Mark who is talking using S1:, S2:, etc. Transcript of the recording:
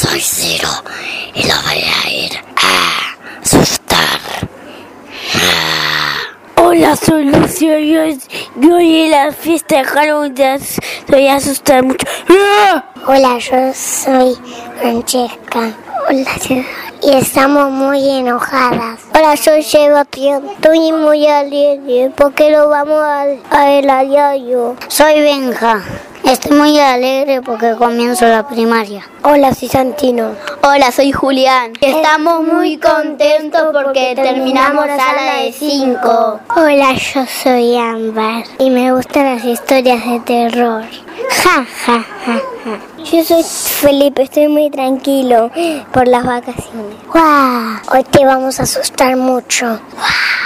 S1: Cero y lo voy a ir a asustar. Ah.
S2: Hola, soy Lucio. Yo, yo en la fiesta de Halloween te as- te voy a asustar mucho. ¡Ah!
S3: Hola, yo soy Francesca. Hola, y estamos muy enojadas. Hola, soy Sebastián. Estoy muy alegre porque lo vamos a, a el a diario. Soy Benja. Estoy muy alegre porque comienzo la primaria. Hola, soy Santino.
S4: Hola, soy Julián. Estamos muy contentos porque terminamos sala de 5.
S3: Hola, yo soy Ámbar y me gustan las historias de terror. Ja, ja, ja, ja. Yo soy Felipe, estoy muy tranquilo por las vacaciones. ¡Guau! Hoy te vamos a asustar mucho. ¡Guau!